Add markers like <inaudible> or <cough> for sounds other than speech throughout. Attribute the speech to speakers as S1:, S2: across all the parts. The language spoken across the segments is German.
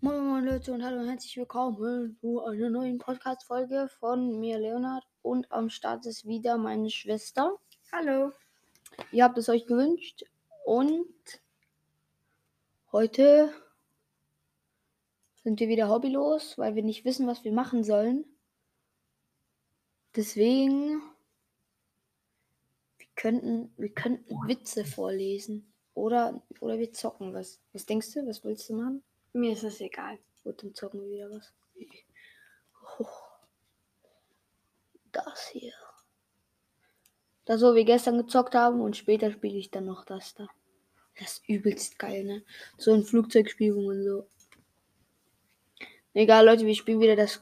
S1: Moin Moin Leute und hallo und herzlich willkommen zu einer neuen Podcast-Folge von mir, Leonard. Und am Start ist wieder meine Schwester.
S2: Hallo.
S1: Ihr habt es euch gewünscht. Und heute sind wir wieder hobbylos, weil wir nicht wissen, was wir machen sollen. Deswegen, wir könnten, wir könnten Witze vorlesen. Oder, oder wir zocken was. Was denkst du? Was willst du machen?
S2: Mir ist es egal.
S1: Gut, dann zocken wir wieder was. Oh. Das hier. Das, wo wir gestern gezockt haben und später spiele ich dann noch das da. Das ist übelst geil, ne? So ein Flugzeugspiel, wo man so. Egal, Leute, wir spielen wieder das.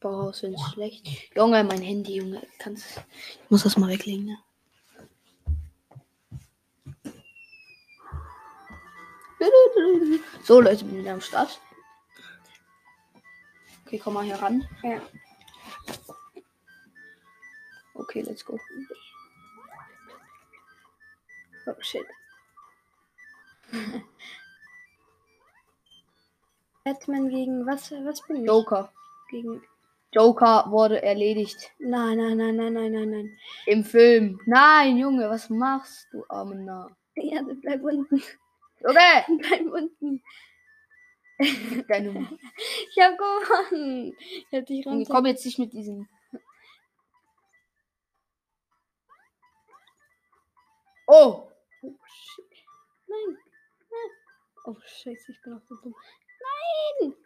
S1: Bauhaus, wenn es schlecht. Junge, mein Handy, Junge. Kannst... Ich muss das mal weglegen, ne? So, Leute, bin wieder am Start. Okay, komm mal hier ran.
S2: Ja.
S1: Okay, let's go. Oh shit.
S2: Batman gegen was? Was bin ich?
S1: Joker.
S2: Gegen.
S1: Joker wurde erledigt.
S2: Nein, nein, nein, nein, nein, nein, nein.
S1: Im Film. Nein, Junge, was machst du, Amna?
S2: Ja, dann bleib unten. <laughs>
S1: Junge! <laughs>
S2: Bleib unten.
S1: Deine Mutter.
S2: Ich hab gewonnen. Ich hab dich
S1: Junge,
S2: runter.
S1: komm jetzt nicht mit diesem. Oh!
S2: Oh, shit. Nein. Nein. Oh, scheiße, ich bin auch so dumm.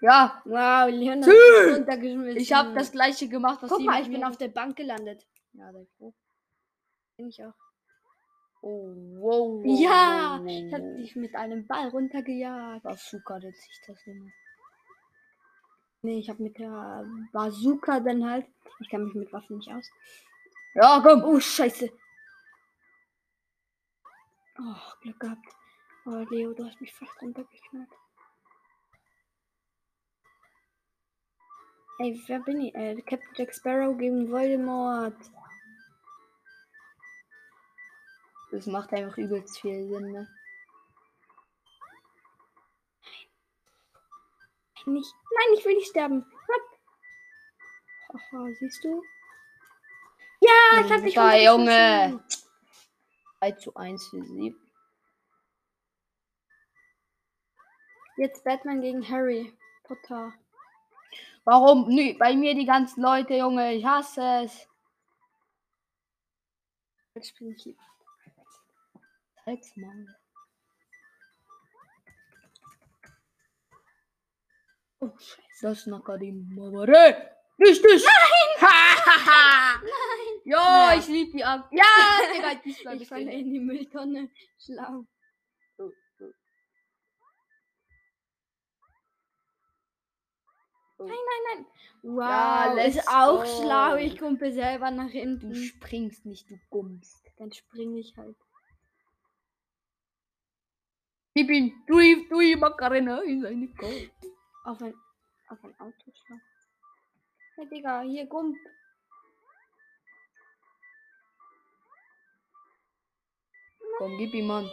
S1: Ja,
S2: Wow, Leonard
S1: Tschüss.
S2: ist runtergeschmissen.
S1: ich habe das gleiche gemacht, was
S2: Äh, Guck
S1: die
S2: mal,
S1: mit
S2: ich bin
S1: mir-
S2: auf der Bank gelandet.
S1: Ja, der
S2: Bin ich auch.
S1: Oh, wow. wow,
S2: Ja,
S1: wow, wow,
S2: Ich hab
S1: wow.
S2: dich mit einem Ball runtergejagt.
S1: Bazooka nennt sich das immer.
S2: Nee, ich hab mit der Bazooka dann halt. Ich kann mich mit Waffen nicht aus.
S1: Ja, komm.
S2: Oh, scheiße. Oh, Glück gehabt. Oh, Leo, du hast mich fast runtergeknallt. Ey, wer bin ich? Äh, Captain Jack Sparrow gegen Voldemort.
S1: Das macht einfach übelst viel Sinn, ne?
S2: Nicht. Nein, ich will nicht sterben. Hopp. Aha, siehst du? Ja, ich hab dich
S1: Da,
S2: runtergeschmissen.
S1: Ähm, Junge. 3 zu 1 für sie.
S2: Jetzt Batman gegen Harry Potter.
S1: Warum? Nö, bei mir die ganzen Leute, Junge. Ich hasse es.
S2: Jetzt spiele ich
S1: Halt's Maul.
S2: Oh, scheiße.
S1: Das Nakadimabare. Richtig. Nein.
S2: Nein!
S1: Jo,
S2: Naja.
S1: ich lieb die Ab. <laughs> Ja, Digga, diesmal
S2: Ich falle
S1: bestimmt.
S2: in die Mülltonne. Schlau.
S1: Oh.
S2: Nein, nein. Wow,
S1: Ja, let's
S2: ist
S1: go.
S2: auch schlau. Ich kumpel selber nach hinten.
S1: Du springst nicht, du gummst.
S2: Dann springe ich halt.
S1: Gib ihm, du ihm, du ihm Macarena in seine Kopf.
S2: Auf ein, auf ein Auto schlau. Hey, Digga, hier,
S1: <laughs>
S2: Gump.
S1: Komm, gib ihm an.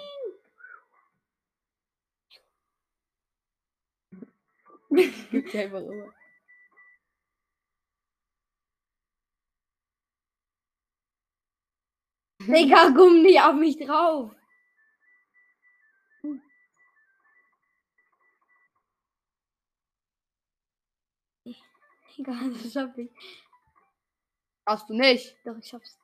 S1: Gib dir einfach rüber.
S2: Digga, Gump nicht auf mich drauf. Digga, das schaff ich.
S1: Hast du nicht?
S2: Doch, ich schaff's.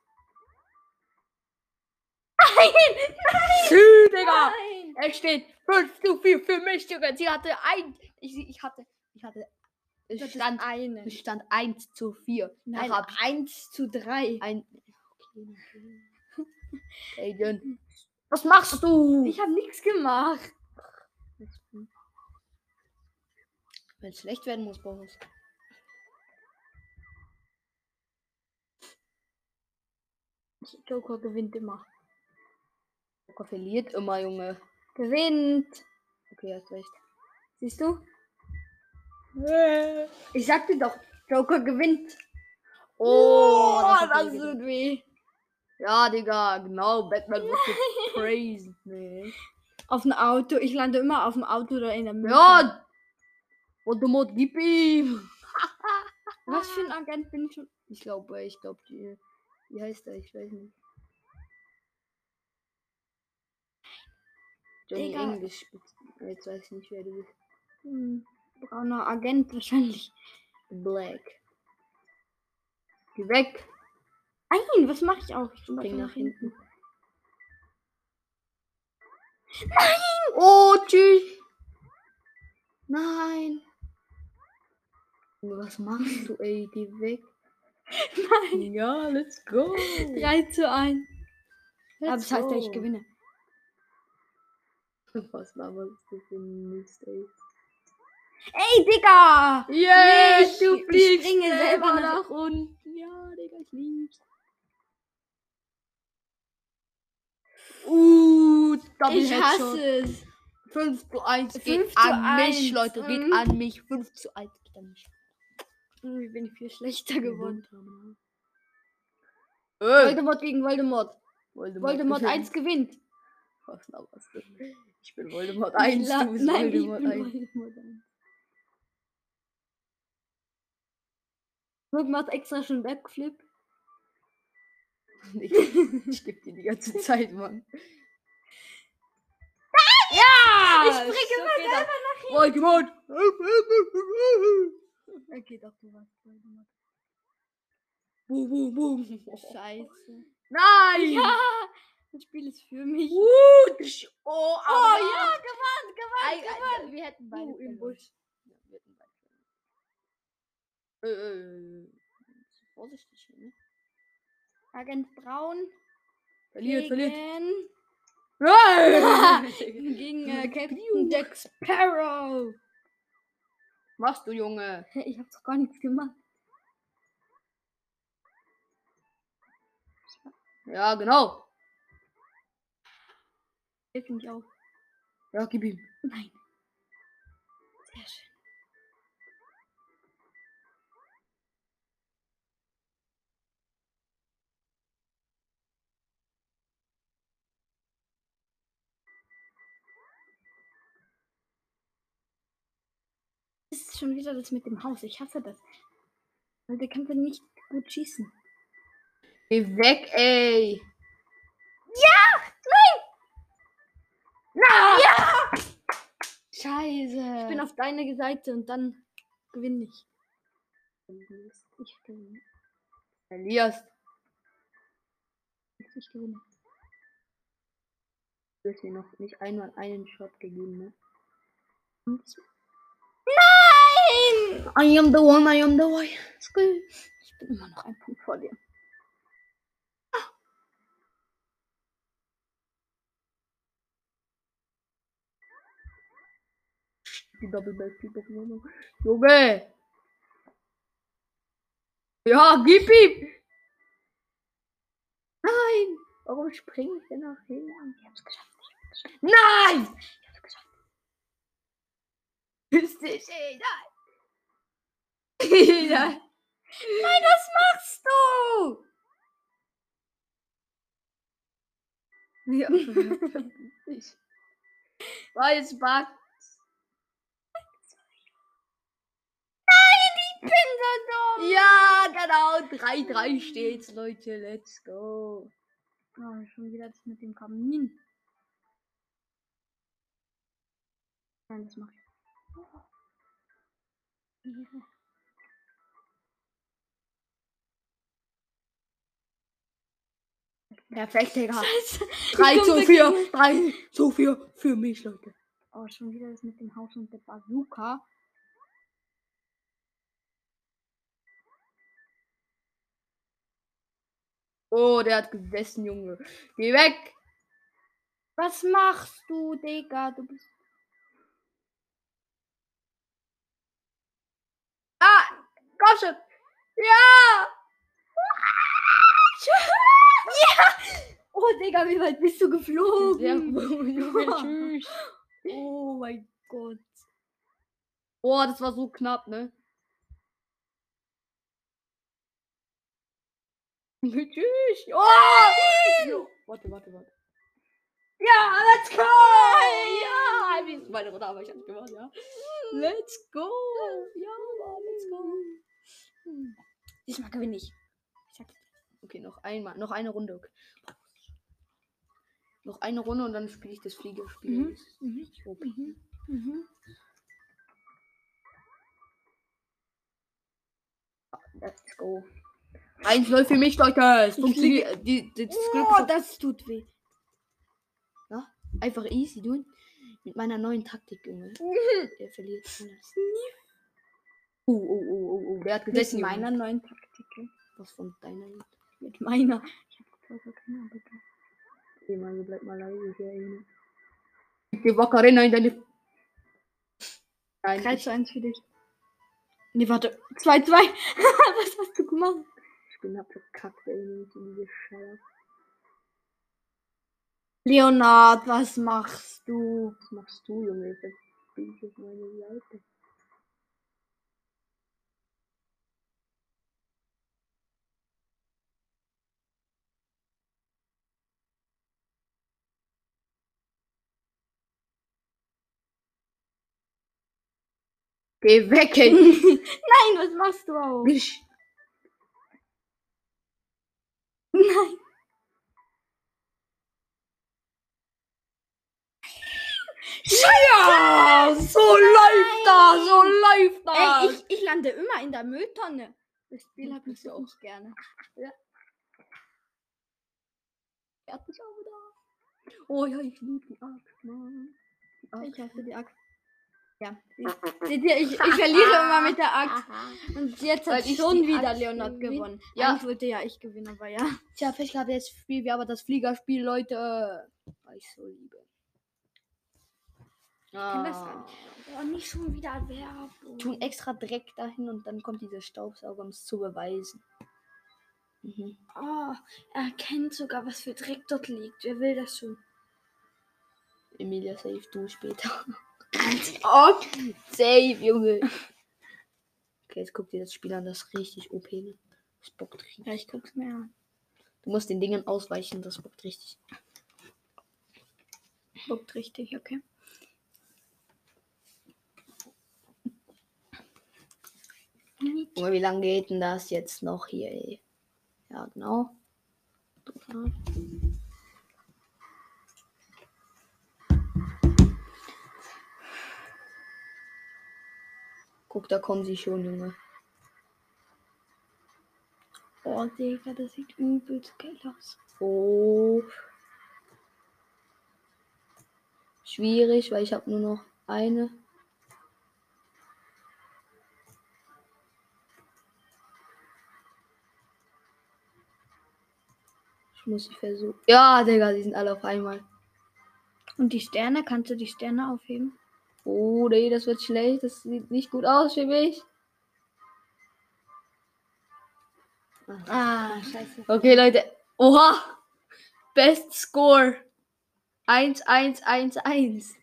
S1: Sü, Digga!
S2: Nein!
S1: Ah, Es steht 5 zu 4 für mich, Digga. Sie hatte ein. Ich, ich hatte. Ich hatte.
S2: Das
S1: Es
S2: ist
S1: stand,
S2: eine.
S1: es stand 1 zu 4.
S2: Nein,
S1: Nachher hab ich
S2: 1 zu 3.
S1: ein. Okay, Aiden. Was machst du?
S2: Ich habe nichts gemacht.
S1: Wenn es schlecht werden muss, Boris.
S2: Joker gewinnt immer.
S1: Luca verliert immer, Junge.
S2: Gewinnt.
S1: Okay, hast recht.
S2: Siehst du? Ich sagte doch, Joker gewinnt.
S1: Oh, das, hat
S2: das
S1: weh
S2: tut weh.
S1: Ja, Digga, genau. Batman wird <laughs> crazy. Nee.
S2: Auf dem Auto. Ich lande immer auf dem Auto oder in der Mülltonne.
S1: Ja! Voldemort, gib <laughs> ihm!
S2: Was für ein Agent bin ich schon?
S1: Ich glaube, ich glaube, die. Wie heißt er? Ich weiß nicht. Johnny
S2: Digga.
S1: English. Jetzt weiß ich nicht, wer du bist.
S2: Hm, brauner Agent wahrscheinlich.
S1: Black. Geh weg!
S2: Nein, was mache ich auch? Ich
S1: Spring nach hinten.
S2: Nein!
S1: Oh, tschüss! Nein! Junge, Was machst du, ey? Geh <laughs> weg!
S2: Nein!
S1: Ja, let's go!
S2: 3 zu 1.
S1: Let's
S2: Aber das heißt ja, ich
S1: go.
S2: gewinne.
S1: <laughs> Was laberst du für ein Mist, ey?
S2: Ey, Digga!
S1: Yay,
S2: ich-
S1: du
S2: ich
S1: fliegst
S2: springe
S1: selber,
S2: selber nach-
S1: nach unten. Ja, Digga, ich lieb's. Uh, Double
S2: ich
S1: Headshot.
S2: hasse es.
S1: 5 zu 1 geht
S2: 5 zu
S1: an mich,
S2: 1,
S1: Leute. Geht
S2: mhm.
S1: an mich. 5 zu 1 geht an mich.
S2: Irgendwie Hm, bin ich viel schlechter geworden.
S1: Ey,
S2: Voldemort gegen Voldemort.
S1: Voldemort,
S2: Äh. Voldemort 1 gewinnt.
S1: Was laberst du? Ich bin Voldemort 1,
S2: La-
S1: du bist
S2: Nein,
S1: Voldemort
S2: ich bin
S1: 1.
S2: Voldemort 1. Guck, macht extra schon Backflip.
S1: Ich, ich geb dir die
S2: <laughs>
S1: ganze Zeit, Mann.
S2: Ah,
S1: ich springe immer selber nach Voldemort!
S2: Okay, doch, du warst Voldemort.
S1: Boom, boom, boom.
S2: Scheiße.
S1: Nein!
S2: Ja! Das Spiel ist für mich.
S1: Gut! Oh, oh
S2: gewonnen,
S1: Ei, ei, wir hätten beide
S2: Uh,
S1: verloren.
S2: im Busch.
S1: Ja, wir hätten beide verloren. Äh, vorsichtig hier, ne?
S2: Agent Braun
S1: Verliert, verliert.
S2: gegen, <laughs>
S1: Nein! <laughs>
S2: gegen äh,
S1: Piu.
S2: Captain Jack Sparrow.
S1: Machst du, Junge?
S2: Hä, Ich hab doch gar nichts gemacht.
S1: Ja, genau.
S2: Hilf mich auf.
S1: Ja, gib ihm.
S2: Nein. Sehr schön. Das ist schon wieder das mit dem Haus. Ich hasse das. Weil der kann dann nicht gut schießen.
S1: Geh weg, ey.
S2: Scheiße. Ich bin auf deiner Seite und dann gewinne ich. Ich gewinne.
S1: Verlierst.
S2: Ich gewinne.
S1: Du hast mir noch nicht einmal einen Shot gegeben, ne?
S2: Nein!
S1: I am the one, I am the one.
S2: Ich bin immer noch ein Punkt vor dir.
S1: Die Double Backflip auf Momo. Junge! Ja, gib ihm! Nein! Warum springe ich denn nach hinten?
S2: Ich hab's geschafft.
S1: Nein!
S2: Ich hab's geschafft.
S1: Küss dich, ey, nein! nein!
S2: Nein, was machst du?
S1: Ja, ich. War jetzt Bug.
S2: Bin so dumm.
S1: Ja, genau. 3-3 steht's, Leute. Let's go.
S2: Oh, schon wieder das mit dem Kamin. Nein, das mach ich.
S1: Perfekt, Digga.
S2: <laughs> Scheiße.
S1: 3
S2: komm
S1: zu
S2: weg
S1: 4. 3 zu 4 für mich, Leute.
S2: Oh, schon wieder das mit dem Haus und der Bazooka.
S1: Oh, der hat gesessen, Junge. Geh weg!
S2: Was machst du, Digga? Du bist.
S1: Ah! Komm schon! Ja!
S2: Oh, Digga, wie weit bist du
S1: <laughs>
S2: geflogen?
S1: Junge, tschüss.
S2: Oh mein Gott.
S1: Oh, das war <laughs> so knapp, ne?
S2: Tschüss. Oh! Jo.
S1: Warte, warte, warte.
S2: Ja, let's go! Ja, wie ist meine Runde, aber ich hab's gemacht, ja. Let's go! Ja, Mann, let's go! Diesmal gewinne ich. Ich sag's dir.
S1: Okay, noch einmal. Noch eine Runde. Okay. Noch eine Runde und dann spiele ich das Fliegerspiel.
S2: Mhm.
S1: Das ist richtig OP. Let's go. 1-0 für mich, Leute. Es funktioniert. Die, die, das Glück
S2: Oh, das tut weh.
S1: ist einfach easy, du. Mit meiner neuen Taktik, <laughs> Junge. Der verliert. Oh, oh, oh, oh, oh. Der hat
S2: Mit
S1: gesessen,
S2: meiner
S1: Junge.
S2: neuen Taktik.
S1: Was von deiner Seite?
S2: Mit meiner. Ich hab voll keine Ahnung.
S1: Geh mal, bleib mal leise hier, Junge. Geh wacker rein, nein, deine. Nein,
S2: 3
S1: ich,
S2: zu 1 für dich. Nee, warte. 2 2. <laughs> Was hast du gemacht?
S1: ich bin abgekackt, ey, mit diese Scheiße.
S2: Leonard, was machst du?
S1: Was machst du, Junge? Ich bin ich auf meine Seite. Geh weg,
S2: <laughs>
S1: ey.
S2: Nein, was machst du auch?
S1: Nicht.
S2: Nein.
S1: Ja, so läuft das, so läuft
S2: Ey,
S1: das.
S2: ich, ich lande immer in der Mülltonne. Das Spiel hat mich so auch gerne. Ja. Er hat mich auch wieder.
S1: oh ja, ich liebe die Axt, Mann. Die Axt.
S2: Ich hasse die Axt. Ja. Seht ihr, ich, ich verliere immer mit der Axt. Und jetzt
S1: Weil
S2: hat
S1: ich
S2: schon
S1: die
S2: wieder
S1: Axt
S2: Leonard
S1: gewinne.
S2: gewonnen.
S1: Ja.
S2: Eigentlich wollte ja ich gewinnen, aber ja.
S1: Tja, Pech gehabt, jetzt spielen wir aber das Fliegerspiel, Leute. Weil ich so liebe.
S2: Kann das
S1: Ah.
S2: sein? Oh, nicht schon wieder Werbung.
S1: Tun extra Dreck dahin und dann kommt dieser Staubsauger, um es zu beweisen. Mhm.
S2: Oh, er kennt sogar, was für Dreck dort liegt. Wer will das schon?
S1: Emilia, save du später. <laughs>
S2: Oh,
S1: save,
S2: <laughs>
S1: Junge. Okay, jetzt guck dir das Spiel an, das ist richtig OP. Ne? Das bockt richtig.
S2: ja, ich guck's mir an.
S1: Du musst den Dingen ausweichen, das bockt richtig.
S2: Guckt richtig, okay.
S1: Junge, wie lange geht denn das jetzt noch hier, ey? Ja, genau. Guck, da kommen sie schon, Junge.
S2: Oh, Digga, das sieht übelst geil aus.
S1: Oh. Schwierig, weil ich habe nur noch eine. Ich muss ich versuchen. Ja, Digga, die sind alle auf einmal.
S2: Und die Sterne, kannst du die Sterne aufheben?
S1: Oh, nee, das wird schlecht. Das sieht nicht gut aus für mich.
S2: Ah, scheiße.
S1: Okay, Leute. Oha! Best Score. 1, 1, 1, 1.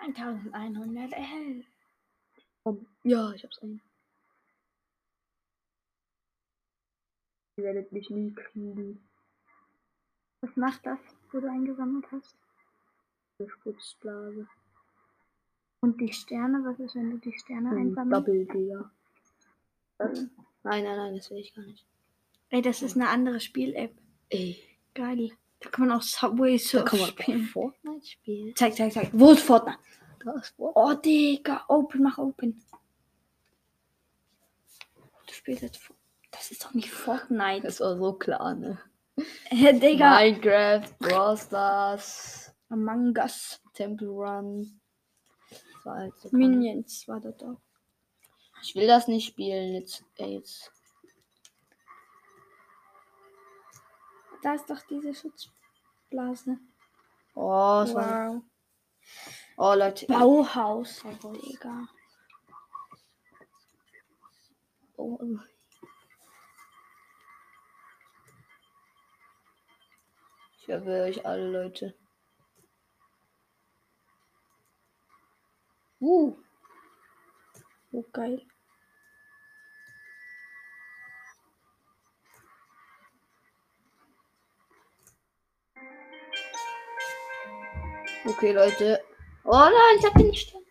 S2: 1111.
S1: Komm. Ja, ich hab's ein. Ihr werdet mich nie kriegen.
S2: Was macht das, wo du eingesammelt hast?
S1: Eine Schutzblase.
S2: Und die Sterne, was ist, wenn du die Sterne
S1: Ein
S2: einsammelst?
S1: Double, Digga. Was? Nein, nein, nein, das will ich gar nicht.
S2: Ey, das ist eine andere Spiel-App.
S1: Ey,
S2: Geil. Da kann man auch Subway
S1: da
S2: Surf
S1: kann man
S2: spielen.
S1: Fortnite spielen.
S2: Zeig, zeig, zeig. Wo ist Fortnite?
S1: Da ist Fortnite.
S2: Oh, Digga. Open, mach open. Du spielst jetzt Fo- Das ist doch nicht Fortnite.
S1: Das war so klar, ne?
S2: Hä, Digga.
S1: Minecraft, Brawl Stars,
S2: Among Us.
S1: Temple Run. Das war halt so klar.
S2: Minions war das auch.
S1: Ich will das nicht spielen. Jetzt, ey, jetzt.
S2: Da ist doch diese Schutzblase.
S1: Oh, es war.
S2: Wow.
S1: Oh, Leute.
S2: Bauhaus, Digga.
S1: Oh, oh. Ich verwirre euch alle Leute. Uh,
S2: So geil.
S1: Okay, Leute. Oh nein, ich hab den Stern.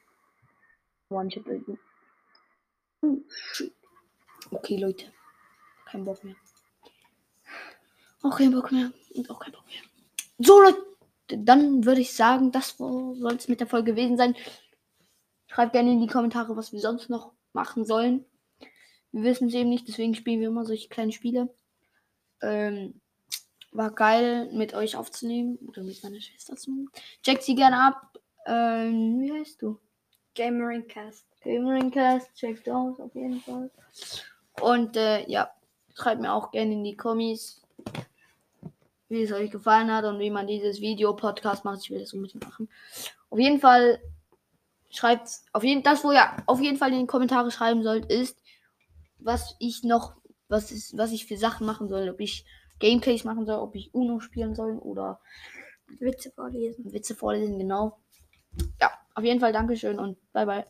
S1: One Chip. Oh, shit. Okay, Leute. Kein Bock mehr. Auch kein Bock mehr. Und auch kein Bock mehr. So, Leute. Dann würde ich sagen, das soll es mit der Folge gewesen sein. Schreibt gerne in die Kommentare, was wir sonst noch machen sollen. Wir wissen es eben nicht, deswegen spielen wir immer solche kleinen Spiele. Ähm, war geil, mit euch aufzunehmen. Oder mit meiner Schwester zu nehmen. Checkt sie gerne ab. Ähm, wie heißt du?
S2: Gameringcast.
S1: Gameringcast, checkt aus auf jeden Fall. Und äh, ja, schreibt mir auch gerne in die Kommis, wie es euch gefallen hat und wie man dieses Video-Podcast macht. Ich will das unbedingt machen. Auf jeden Fall schreibt auf jeden das, wo ihr auf jeden Fall in die Kommentare schreiben sollt, ist, was ich noch, was ist, was ich für Sachen machen soll, ob ich Gameplays machen soll, ob ich Uno spielen soll oder
S2: Witze vorlesen.
S1: Witze vorlesen, genau. Ja, auf jeden Fall Dankeschön und bye bye.